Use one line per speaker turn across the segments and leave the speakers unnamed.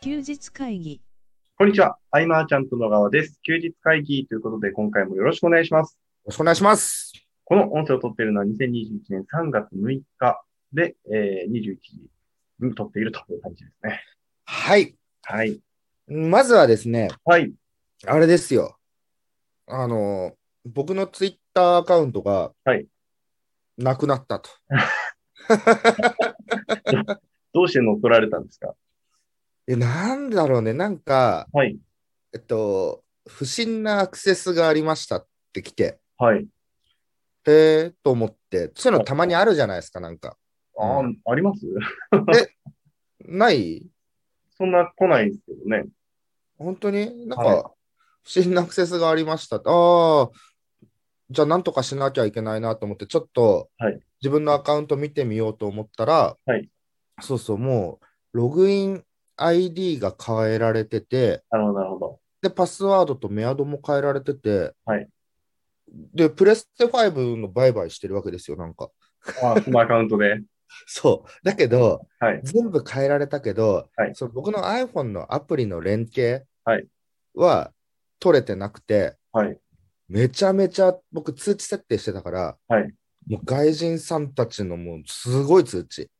休日会議。
こんにちは。アイマーちゃんと野川です。休日会議ということで、今回もよろしくお願いします。
ろしくお願いします。
この音声を撮っているのは2021年3月6日で、えー21時に撮っているという感じですね。
はい。
はい。
まずはですね、
はい。
あれですよ。あの、僕のツイッターアカウントが、
はい
なくなったと。
どうして乗っ取られたんですか
え、なんだろうね。なんか、
はい。
えっと、不審なアクセスがありましたって来て、
はい。
えー、と思って、そういうのたまにあるじゃないですか、なんか。
あー、
う
あります
ない
そんな来ないんですけどね。
本当になんか、
はい
不審なアクセスがありましたって。ああ、じゃあなんとかしなきゃいけないなと思って、ちょっと
はい
自分のアカウント見てみようと思ったら、
はい
そうそう、もうログイン ID が変えられてて、
なるほど、なるほど。
で、パスワードとメアドも変えられてて、
はい
で、プレステ5の売買してるわけですよ、なんか。
あーそのアカウントで。
そう。だけど、
はい。
全部変えられたけど、
はい
その僕の iPhone のアプリの連携
はい
は取れてなくて、
はい
めちゃめちゃ僕通知設定してたから、
はい
もう外人さんたちのもうすごい通知。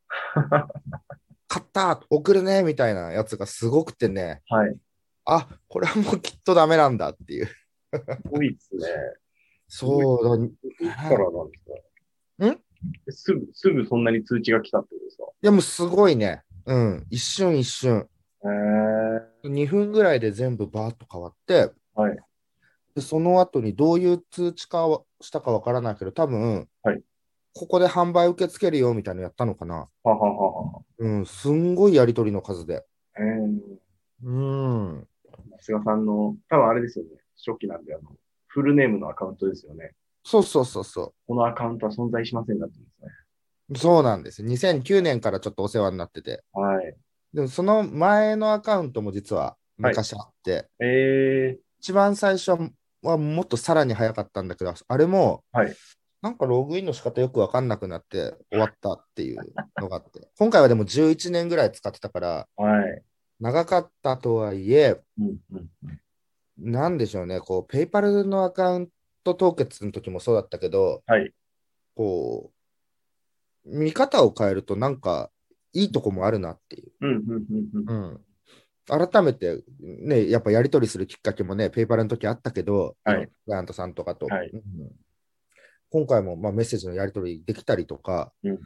買った送るねみたいなやつがすごくてね、
はい。
あこれはもうきっとダメなんだっていう。
多いですね。
そうだ、
いつからなんですか
ん
すぐ、すぐそんなに通知が来たってことですか
でもうすごいね。うん、一瞬一瞬。
へ
2分ぐらいで全部バーッと変わって、
はい
でその後にどういう通知かはしたかわからないけど、多分、
はい
ここで販売受け付けるよみたいなのやったのかな。
ー。はははは。
うん、すんごいやり取りの数で。
えー
うん。
菅さんの、多分あれですよね。初期なんで、あの、フルネームのアカウントですよね。
そうそうそうそ
このアカウントは存在しませんだって言うんですね。
う。そうなんです。2009年からちょっとお世話になってて。
はい。
でもその前のアカウントも実は昔あって、
え
一番最初はもっとさらに早かったんだけど、あれも、
はい
なんかログインの仕方よくわかんなくなって終わったっていうのがあって、今回はでも11年ぐらい使ってたから、
ー、はい。
長かったとはいえ、
うん、うん。
なんでしょうね、こう、ペイパルのアカウント凍結の時もそうだったけど、
はい
こう、見方を変えるとなんかいいとこもあるなっていう。
うん、うん、うん、うん。
うん改めて、ね、やっぱやり取りするきっかけもね、ペイパルの時あったけど、
はい
あのクライアントさんとかと、
はい
うん今回もまあメッセージのやり取りできたりとか、
うん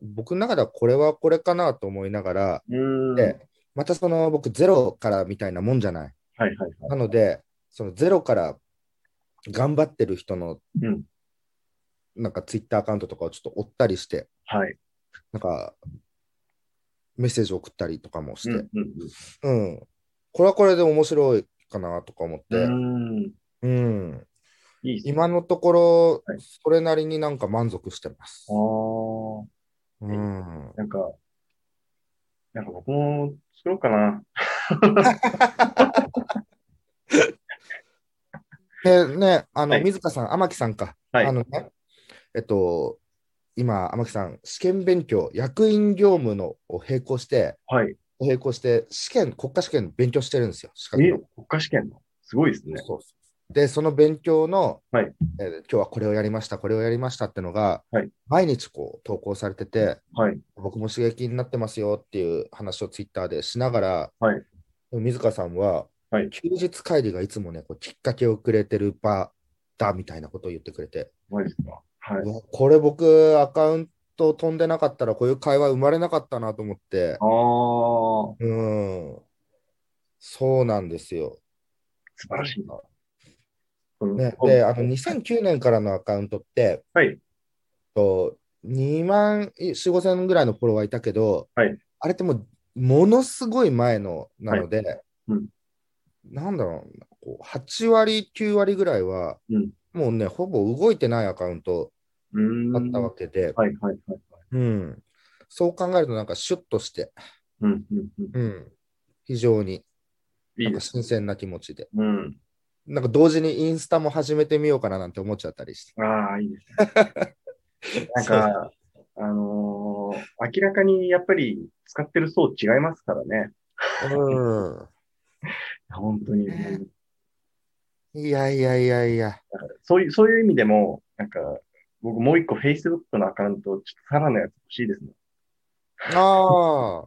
僕の中ではこれはこれかなと思いながら、
うーん。はい
で、またその僕、ゼロからみたいなもんじゃない。
はいは。
ないので、そのゼロから頑張ってる人の
うん。
なんかツイッターアカウントとかをちょっと追ったりして、
はい。
なんかメッセージを送ったりとかもし
う
て。
ん、うん、
うん。これはこれで面白いかなとか思って、
う
う
ん。
ん
うーん。いいですね。
今のところ、
はい
それなりになんか満足してます
あ。ー。
うん、
なんか、なんか僕も作ろうかな。
でね、あの、
はい
水香さん、天木さんか。
はい
あのね、えっと、今、天木さん、試験勉強、役員業務のを並行して、
はい。
並行して、試験、国家試験の勉強してるんですよ、資
え、
格の。
国家試験のすごいですね。
そうそうで、その勉強の、
はい
えー今日はこれをやりました、これをやりましたってのが、
はい
毎日こう投稿されてて、
はい。
僕も刺激になってますよっていう話をツイッターでしながら、
はい
水川さんは、
はい
休日会議がいつもね、こうきっかけをくれてる場だみたいなことを言ってくれて、
マジですか。は
う
い。
わこれ僕、アカウント飛んでなかったら、こういう会話生まれなかったなと思って、
あー、
うん、そうなんですよ。
素晴らしいな。この
ね、
こ
で、あの2009年からのアカウントって、
はい。
と2万4、5千ぐらいのフォロワーいたけど、
はい
あれってもう、ものすごい前のなので、
うん
なんだろうなこう、8割、9割ぐらいは、
うん
もうね、ほぼ動いてないアカウント
うーん。
だったわけで、
はいはいはい。
うんそう考えると、なんかシュッとして、
うんうんうん。
うん非常に
い
ない
で
んか
す。
新鮮な気持ちで、
うん。
なんか同時にインスタも始めてみようかななんて思っちゃったりして。
ああ、いいですね。なんか、あのー明らかにやっぱり使ってる層違いますからね。
う
本当に。
ねん。いやいやいやいや。
そういう、そういう意味でも、なんか、僕もう一個 Facebook のアカウント、ちょっとさらなやつ欲しいですね。
ああ。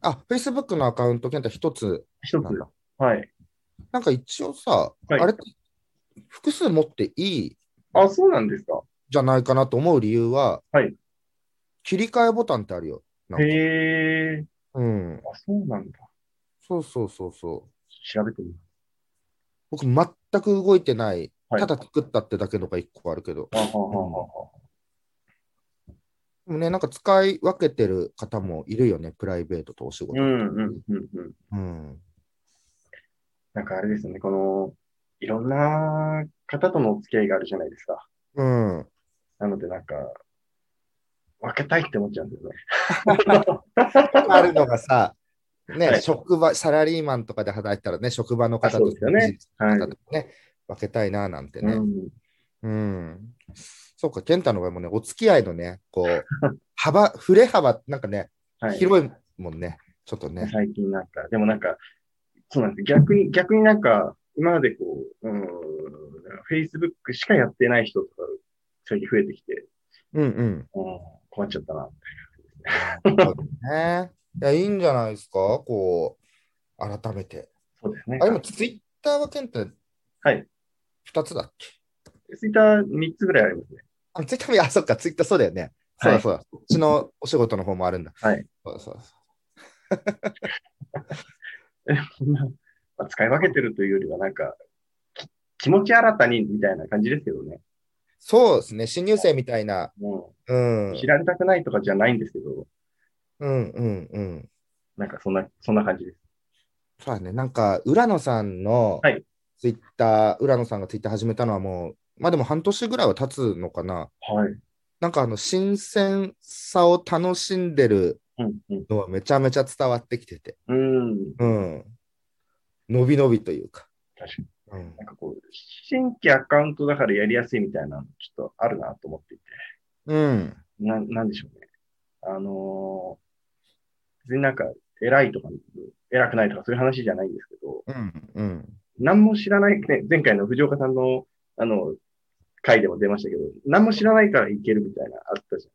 あ、Facebook のアカウント、健太一つ
一つ
なん。だ。
はい。
なんか一応さ、
はい
あれって複数持っていい
あ、そうなんですか。
じゃないかなと思う理由は、
はい
切り替えボタンってあるよ。なんか
へえ。
うん。
あ、そうなんだ。
そうそうそうそう。
調べてみます。
僕、全く動いてない。
はい
ただ作ったってだけのが一個あるけど。
あはあはあは
でもね、なんか使い分けてる方もいるよね、プライベートとお仕
あ。う
事。
んうんうんうん。
うん。
なんかあれですね、この、いろんな方とのお付き合いがあるじゃないですか。
うん。
なのでなんか、分けたいって思っちゃうんです よね。
あるのがさ、ね、
はい
職場、サラリーマンとかで働いたらね、職場の方
あそ
と
うですよねは
方
い。
とね、分けたいななんて
う
ね。
ん、
うん。そうか、健太の場合もね、お付き合いのね、こう、 幅、振れ幅、なんかね、
はい。
広いもんね、ちょっとね。
最近なんか、でもなんか、そうなんです逆に、逆になんか、今までこう、うん、Facebook しかやってない人とか、最近増えてきて、
うんうん。
うん、困っちゃったな。
ね。いや、いいんじゃないですか、こう、改めて。
そうですね
あ、。今、ツイッターは健太、
はい。
2つだっけ
Twitter3 つぐらいありますね。
あ、ツイッター、あ、そっか、ツイッター、そうだよね。そう
はい
だそうだ。こっちのお仕事の方もあるんだ。
はい。
そうだそうだ。
そんな、まあ、使い分けてるというよりは、なんか、き気持ち新たにみたいな感じですけどね。
そうですね、新入生みたいな。
も
うん。う
うん知られたくないとかじゃないんですけど、
うんうん。
なんかそんな、そんな感じです。
そうだね、なんか、浦野さんの
はい
ツイッター、浦野さんがツイッター始めたのはもう、まあでも半年ぐらいは経つのかな。
はい。
なんかあの、新鮮さを楽しんでる
うん、うん。
のはめちゃめちゃ伝わってきてて。
うん、
うん。伸び伸びというか。
確かに。
うん
なんかこう、新規アカウントだからやりやすいみたいなの、ちょっとあるなと思っていて。
うん。
な、なんでしょうね。あのー別になんか、偉いとか、偉くないとかそういう話じゃないんですけど、
うん。うん。
何も知らない、ね、前回の藤岡さんの、あの、回でも出ましたけど、何も知らないからいけるみたいな、あったじゃ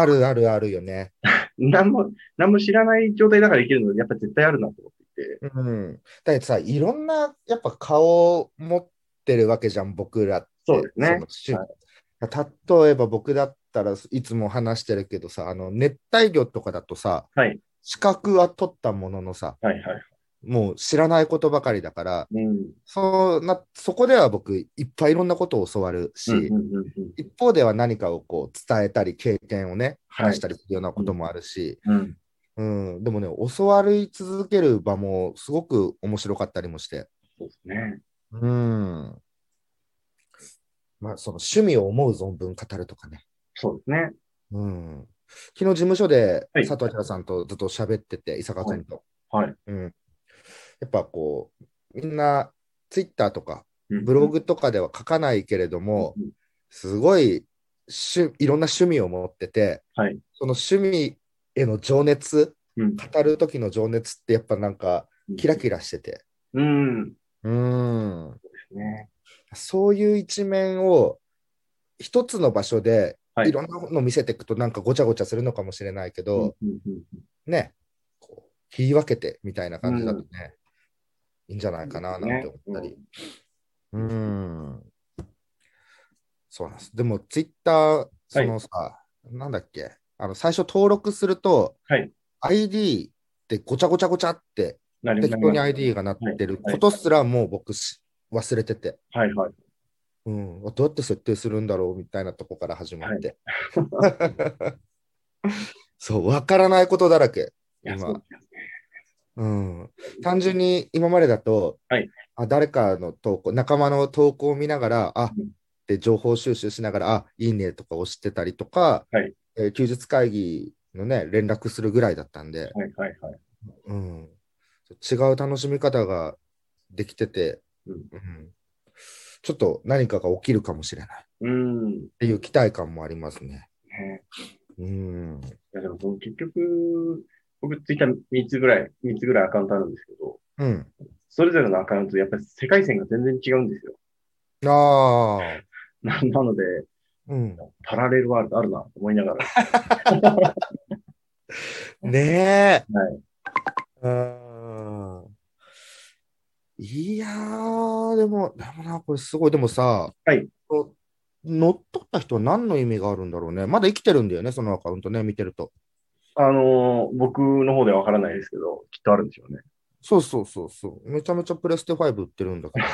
あるあるあるよね。
ん。何も、何も知らない状態だからいけるの、やっぱ絶対あるなと思っていて。
うん。だってさ、いろんな、やっぱ顔を持ってるわけじゃん、僕らって。
そうですね
その例えば僕だったらいつも話してるけどさ、あの熱帯魚とかだとさ、
はい
資格は取ったもののさ、
はいはい。
もう知らないことばかりだから、
うん。
そうなそこでは僕、いっぱいいろんなことを教わるし、
うんうんうんうん
一方では何かをこう伝えたり、経験をね、
はい
話したりするようなこともあるし、
うん。
うん、でもね、教わり続ける場もすごく面白かったりもして、
そうですね。
うん。まあ、その趣味を思う存分語るとかね。
そうですね。
うん。昨日事務所で
はい
佐藤明さんとずっと喋ってて、伊坂君と。
はい。
うん。やっぱこう、みんな、ツイッターとか、
うん
ブログとかでは書かないけれども、
うん
すごい趣、いろんな趣味を持ってて、
はい
その趣味への情熱、
うん
語る時の情熱ってやっぱなんか
うん
キラキラしてて、
うん。
うん、
ね。
そういう一面を一つの場所で
はい
いろんなの見せていくとなんかごちゃごちゃするのかもしれないけ
うん
ど、
うんうん
ね、こう切り分けてみたいな感じだとね、いいんじゃないかななんて思ったり。
ね
うん。そうなんです。でも、ツイッター、そのさ、なんだっけ、あの最初登録すると、
はい、
ID ってごちゃごちゃごちゃって、
なり
適
なり
当
ま
に
す
ID がなってる
はいはい
ことすらもう僕し忘れてて、
はいはい。
うん、どうやって設定するんだろうみたいなとこから始まって。そう、わからないことだらけ。
いや、
今
そうですね。
うん、単純に今までだと、
はい
あ誰かの投稿、仲間の投稿を見ながら、あ
うん
って情報収集しながら、あいいねとか押してたりとか、
はい
えー休日会議のね、連絡するぐらいだったん
は
で、
いはいはい。
うん、違う楽しみ方ができてて、
うん
うんちょっと何かが起きるかもしれないっ
うん。ね
ていう期待感もありますね。うん、
いやでもその結局、僕ツイッター3つぐらい、3つぐらいアカウントあるんですけど、
うん。
それぞれのアカウント、やっぱり世界線が全然違うんですよ。
ああ。
ななので、
うん。
パラレルワールドあるなと思いなが ら。
ねえ。
はい。
うん。いやー、でも、でもな、これすごい。でもさ、
はい
こう乗っ取った人は何の意味があるんだろうね。まだ生きてるんだよね、そのアカウントね、見てると。
あのー僕の方ではわからないですけど、きっとあるんでしょうね。
そうそうそうそう。めちゃめちゃプレステ5売ってるんだけど。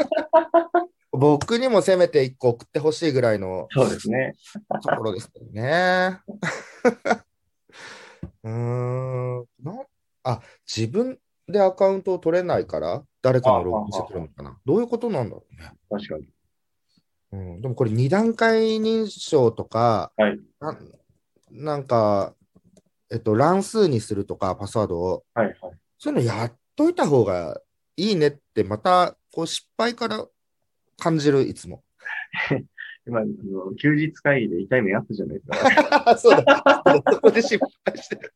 僕にもせめて1個送ってほしいぐらいの
そうですね。
ところですけどね。 うーんなあ、自分でアカウントを取れないから、誰かのログインしてくるのかな。どういうことなんだろうね。
確かに。
うん、でもこれ、2段階認証とか、
はい
ななんか、えっと、乱数にするとか、パスワードを、
はいはい。
そういうのやっといた方がいいねって、またこう失敗から感じる、いつも。
今、あの休日会議で痛い目あったじゃないですか。
あ そうだ。そこで失敗してる。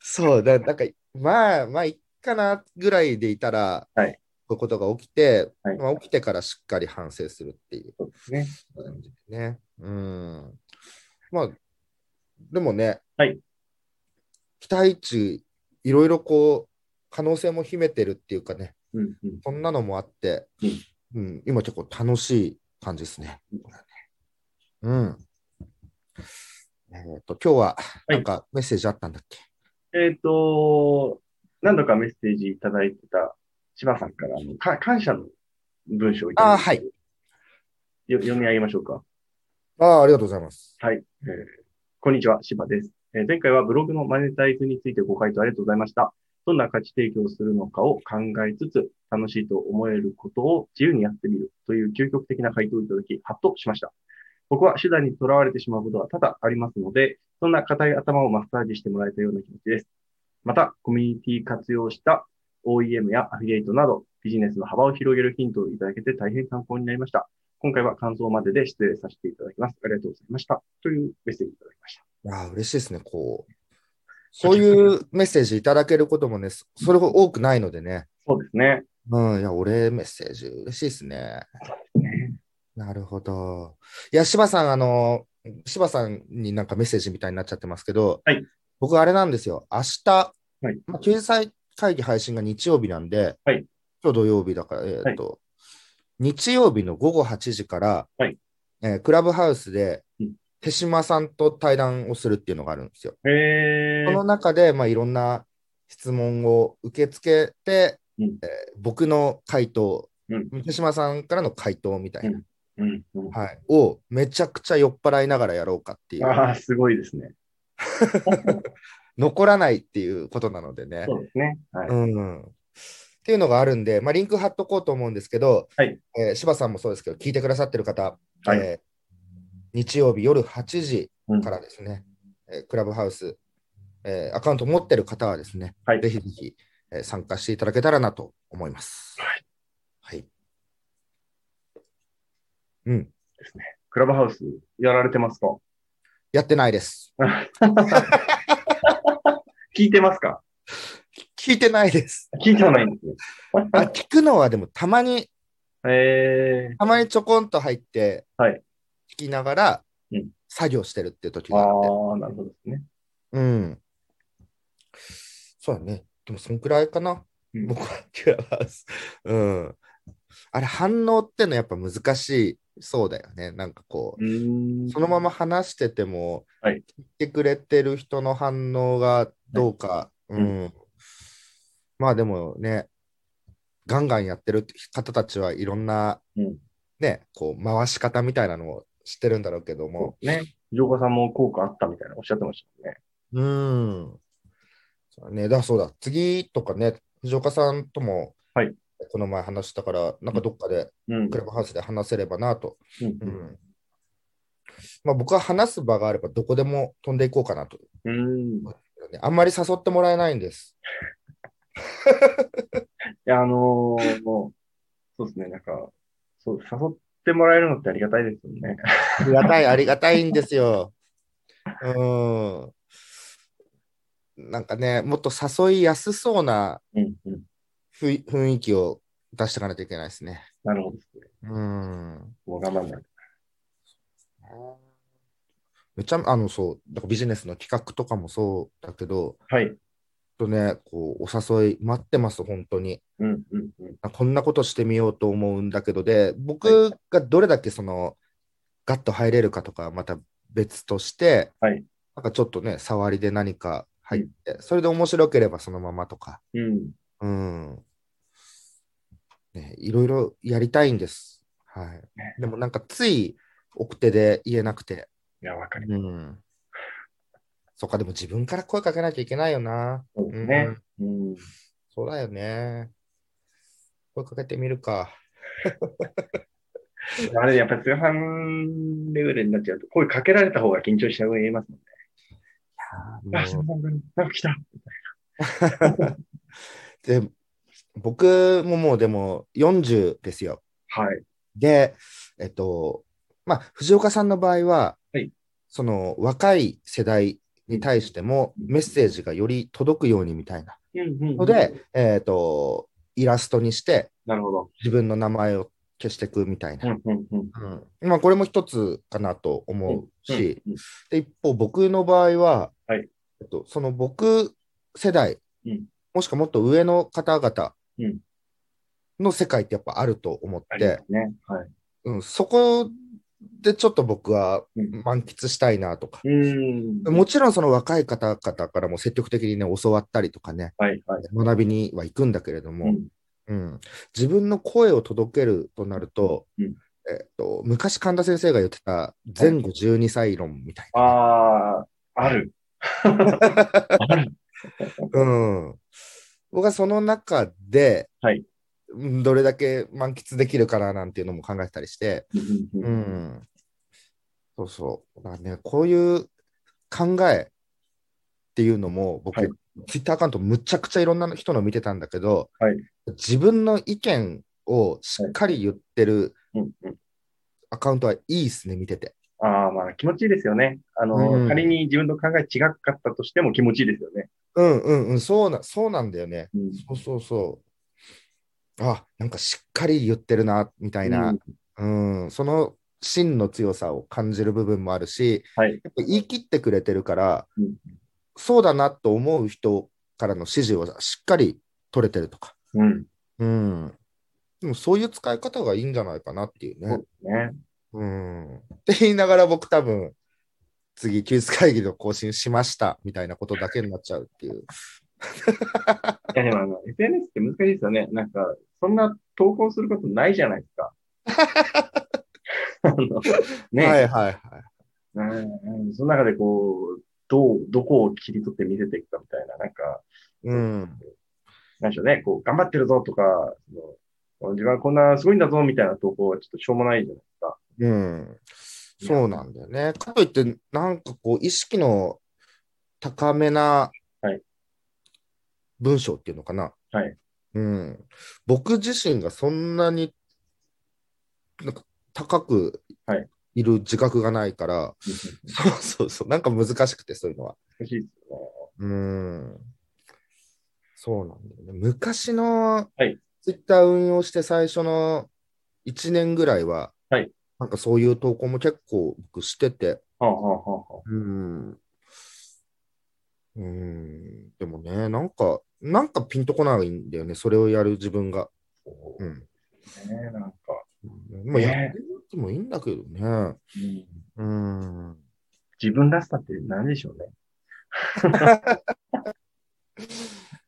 そうだ、なんか、まあ、まあ、いっかなぐらいでいたら、
はい
こういうことが起きて、
はい
まあ、起きてからしっかり反省するっていう
そうですね。
感じでね。うん。まあ、でもね、
はい
期待値、いろいろこう、可能性も秘めてるっていうかね、
うんうん。
そんなのもあって、うん、今結構楽しい感じですね。うん。えっ、と、今日は、
い
なんかメッセージあったんだっけ、
えっ、と、何度かメッセージいただいてた柴さんからあのか感謝の文章をいただいて、
あはい
よ読み上げましょうか。
ああ、ありがとうございます。
はい。えーこんにちは、柴です、えー前回はブログのマネタイズについてご回答ありがとうございました。どんな価値提供をするのかを考えつつ、楽しいと思えることを自由にやってみるという究極的な回答をいただき、ハッとしました。僕は手段にとらわれてしまうことは多々ありますので、そんな硬い頭をマッサージしてもらえたような気持ちです。また、コミュニティ活用した OEM やアフィリエイトなど、ビジネスの幅を広げるヒントをいただけて大変参考になりました。今回は感想までで失礼させていただきます。ありがとうございました。というメッセージいただきました。
ああ、嬉しいですね、こう。そういうメッセージいただけることもね、そそれほど多くないのでね。
そうですね。
うん、いや、俺メッセージ嬉しいですね。なるほど。いや、柴さん、あの、柴さんになんかメッセージみたいになっちゃってますけど、
はい
僕、あれなんですよ。明日、
はい
まあ、救済会議配信が日曜日なんで、
はい
今日土曜日だから、えーっと、日曜日の午後8時から、
はい
えークラブハウスで
うん、
手島さんと対談をするっていうのがあるんですよ。
え
その中で、まあ、いろんな質問を受け付けて、
うん
えー僕の回答、
うん
手島さんからの回答みたいな。
うん、うん。
はい、をめちゃくちゃ酔っ払いながらやろうかっていう、
ああ、すごいですね。
残らないっていうことなのでね。
そうですね。はい。
うん、っていうのがあるんで、まあ、リンク貼っとこうと思うんですけど、
はい
えー柴さんもそうですけど、聞いてくださってる方、
はい
えー日曜日夜8時
うん
からですね、えークラブハウス、えーアカウント持ってる方はですね、
はい
ぜひぜひ、えー参加していただけたらなと思います。
はい。
はい、うん、
クラブハウスやられてますか
やってないです。
聞いてますか
聞いてないです。
聞いてはないんですね。
あ聞くのはでもたまに、
え
たまにちょこんと入って、
はい
聞きながら
うん、
作業してるっていう時
ー、
があって、
ああ、なるほどですね。
うん。そうだね。でも、そんくらいかな。
うん
僕はクラブハウス。うん。あれ、反応ってのやっぱ難しいそうだよね。なんかこ
うー
う、
ん。
そのまま話してても、
はい
聞いてくれてる人の反応がどうか、うん。まあでもね、ガンガンやってる方たちはいろんな、
うん
ね、こう回し方みたいなのを知ってるんだろうけども、
ね。ジョーカーさんも効果あったみたいなおっしゃってましたもんね。
うん。そうだね、だそうだ、次とかね、藤岡さんとも、
はい
この前話したから、なんかどっかで、
うん
クラブハウスで話せればなと。
うん
うんまあ、僕は話す場があれば、どこでも飛んでいこうかなと、
うん。い
ね。あんまり誘ってもらえないんです。
や、あのー、もう、そうですね、なんか、そう、誘ってもらえるのってありがたいですよね。
ありがたい、ありがたいんですよ。うん。なんかね、もっと誘いやすそうな
うんうん。
ふい雰囲気を出していかなきゃいけないですね。
なるほどですね。
うん。
もう我慢ない。
めちゃ、あの、そう、だからビジネスの企画とかもそうだけど、
はい。
ちょっとね、こう、お誘い待ってます、本当に。
うんうんうん。
あこんなことしてみようと思うんだけどで、僕がどれだけその、ガッと入れるかとかはまた別として、
はい
なんかちょっとね、触りで何か入って、それで面白ければそのままとか、
うん。
うん。ね、いろいろやりたいんです。はい
ね。
でもなんかつい奥手で言えなくて、
いや、わかりま
うん。そっか、でも自分から声かけなきゃいけないよな。
す。そうですね。うん。
そうだよね。声かけてみるか。
あれ、やっぱ通販レベルになっちゃうと、声かけられた方が緊張しちゃう言いますもんね。あ、すいませんなんか来た。
で、僕ももうでも40ですよ。
はい。
で、えっと、まあ、藤岡さんの場合は、
はい
その若い世代に対しても
うん
メッセージがより届くようにみたいな
うんうんうん
ので、、えっと、イラストにして
なるほど。
自分の名前を消していくみたいな。
うんうんうん。
うんまあ、これも一つかなと思うし、
うんうん
で一方、僕の場合は、
はい
えっと、その僕世代、
うん
もしくはもっと上の方々
うん
の世界ってやっぱあると思っ
ありま
て
す、ね。はい。
うん、そこでちょっと僕は
うん
満喫したいなとか、
うん。
もちろんその若い方々からも積極的にね、教わったりとかね、
はいはい。
学びには行くんだけれど
う
も、
ん。
うん、自分の声を届けるとなると、
うん
えっと昔神田先生が言ってた前後12歳論みたいな、
ああ、ある。ある。
うん、僕はその中で、
はい
うんどれだけ満喫できるかななんていうのも考えたりして、
うん
う
うんうん
ん、そうそうだからねこういう考えっていうのも僕、
はい
ツイッターアカウントむちゃくちゃいろんな人の見てたんだけど、
はい
自分の意見をしっかり言ってる、
うんうん。
アカウントはいいっすね、見てて。
ああ、まあ気持ちいいですよね。あ
う
の、
ん
仮に自分の考え違かったとしても気持ちいいですよね。
うんうんうん、そうな、そうなんだよね。
うん。
そうそうそう。あ、なんかしっかり言ってるな、みたいな。うん、その芯の強さを感じる部分もあるし、
はい
やっぱ言い切ってくれてるから、
うん
そうだなと思う人からの指示をしっかり取れてるとか。
うん。
うん。でもそういう使い方がいいんじゃないかなっていう
そう
ね。
ですね。
うん。って言いながら僕多分、次、休日会議の更新しましたみたいなことだけになっちゃうっていう。
いやでもあの、SNS って難しいですよね。なんか、そんな投稿することないじゃないです か。あのね、
はいはいはい。
うんうんその中でこう、どう、どこを切り取って見せていくかみたいな、なんか、
うん。
なんでしょうね、こう、頑張ってるぞとか、その自分はこんなすごいんだぞみたいな投稿はちょっとしょうもないじゃないですか。
うん。そうなんだよね。かといって、なんかこう、意識の高めな
はい
文章っていうのかな。
はい
うん。僕自身がそんなに、なんか高く
はい
いる自覚がないから、そうそうそう、なんか難しくて、そういうのは。
難しいですよね。
うーんそうなんだよね。昔の
はい
ツイッター運用して最初の1年ぐらいは、
はい
なんかそういう投稿も結構僕してて、
はあ、はあはあはあ、
うん。うん。でもね、なんか、なんかピンとこないんだよね、それをやる自分が。
そう
うん。
ですね、なんか。
まあ、やってももいいんだけどね。
うん
うん。
自分らしさって何でしょうね。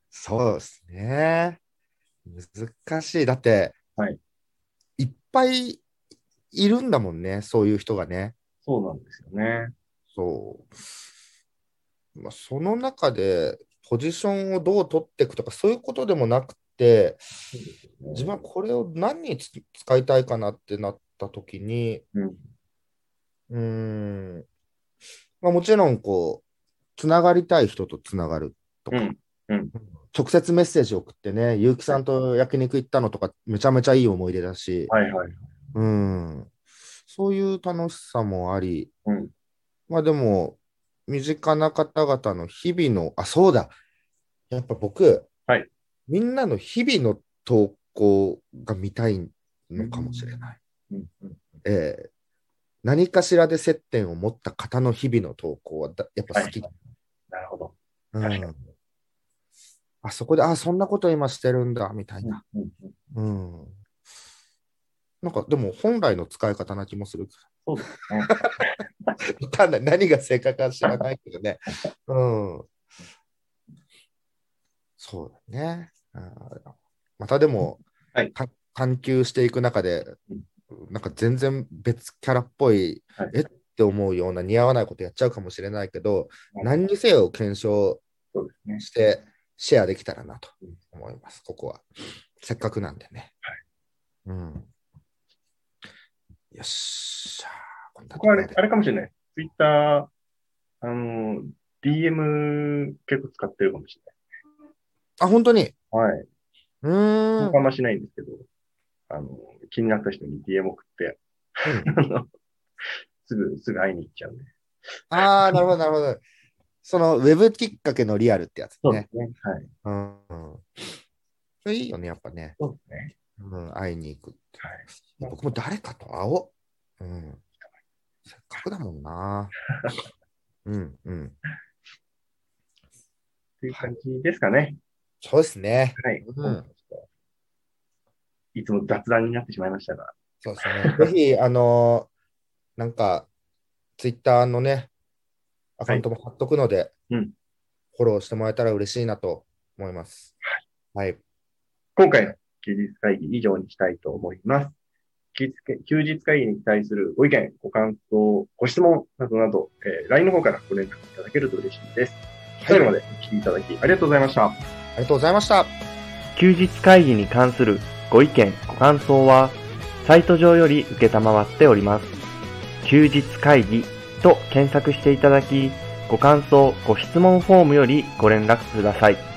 そうですね。難しい。だって、
はい、
いっぱいいるんだもんね、そういう人がね。
そうなんですよね。
そう。まあ、その中で、ポジションをどう取っていくとか、そういうことでもなくて、自分はこれを何につ使いたいかなってなった時に、
うん
うーん、まあ、もちろん、こう、つながりたい人とつながるとか、
うん
直接メッセージ送ってね、結城さんと焼肉行ったのとか、めちゃめちゃいい思い出だし、
はいはい。
うん、そういう楽しさもあり、
うん
まあでも、身近な方々の日々の、あ、そうだ、やっぱ僕、
はい
みんなの日々の投稿が見たいのかもしれない。
うんうん
ええ何かしらで接点を持った方の日々の投稿はだやっぱ好きだ、
なるほど。
うん
確か
あそこで、あ、そんなこと今してるんだ、みたいな。
うんうん
うん。なんか、でも本来の使い方な気もするけ
そうですね。
ど。わかんない。何が正解か知らないけど ね。うん。そうだね。うんまたでも、
はい
か探求していく中で
う、
なんか全然別キャラっぽい、
はい
えって思うような似合わないことやっちゃうかもしれないけど、
はい
何にせよ検証
そうですね。
してシェアできたらなと思います、ここは。せっかくなんでね。うん。よっしゃこんなと
これ
こ
あれ
ろで
あれかもしれない。ツイッター、あの、DM 結構使ってるかもし
あ、本当に。
れない。はい。
うー ん。
僕はあんましないんですけど、あの、気になった人に DM 送って、
うん
あのすぐ、すぐ会いに行っちゃうんで。
ああ、なるほど、なるほど。その、ウェブきっかけのリアルってやつ
そうで
ね。
すね。はい。
うん。それいいよね、やっぱね。
そうですね。
うん、会いに行くって。
はい。
僕も誰かと会おう。うん。せっかくだもんな。うん、うん。
という感じですかね。
そうですね。
はい。
うん
いつも雑談になってしまいましたが、
そうですね。ぜひ、あのーなんか、ツイッターのね、アカウントも貼っとくので、
うん
フォローしてもらえたら嬉しいなと思います。はい。
今回の休日会議以上にしたいと思います。休日休日会議に対するご意見、ご感想、ご質問などなど、えー LINE の方からご連絡いただけると嬉しいです。最後までお聞きいただきありがとうございました。
ありがとうございました。
休日会議に関するご意見、ご感想は、サイト上より受けたまわっております。休日会議と検索していただき、ご感想、ご質問フォームよりご連絡ください。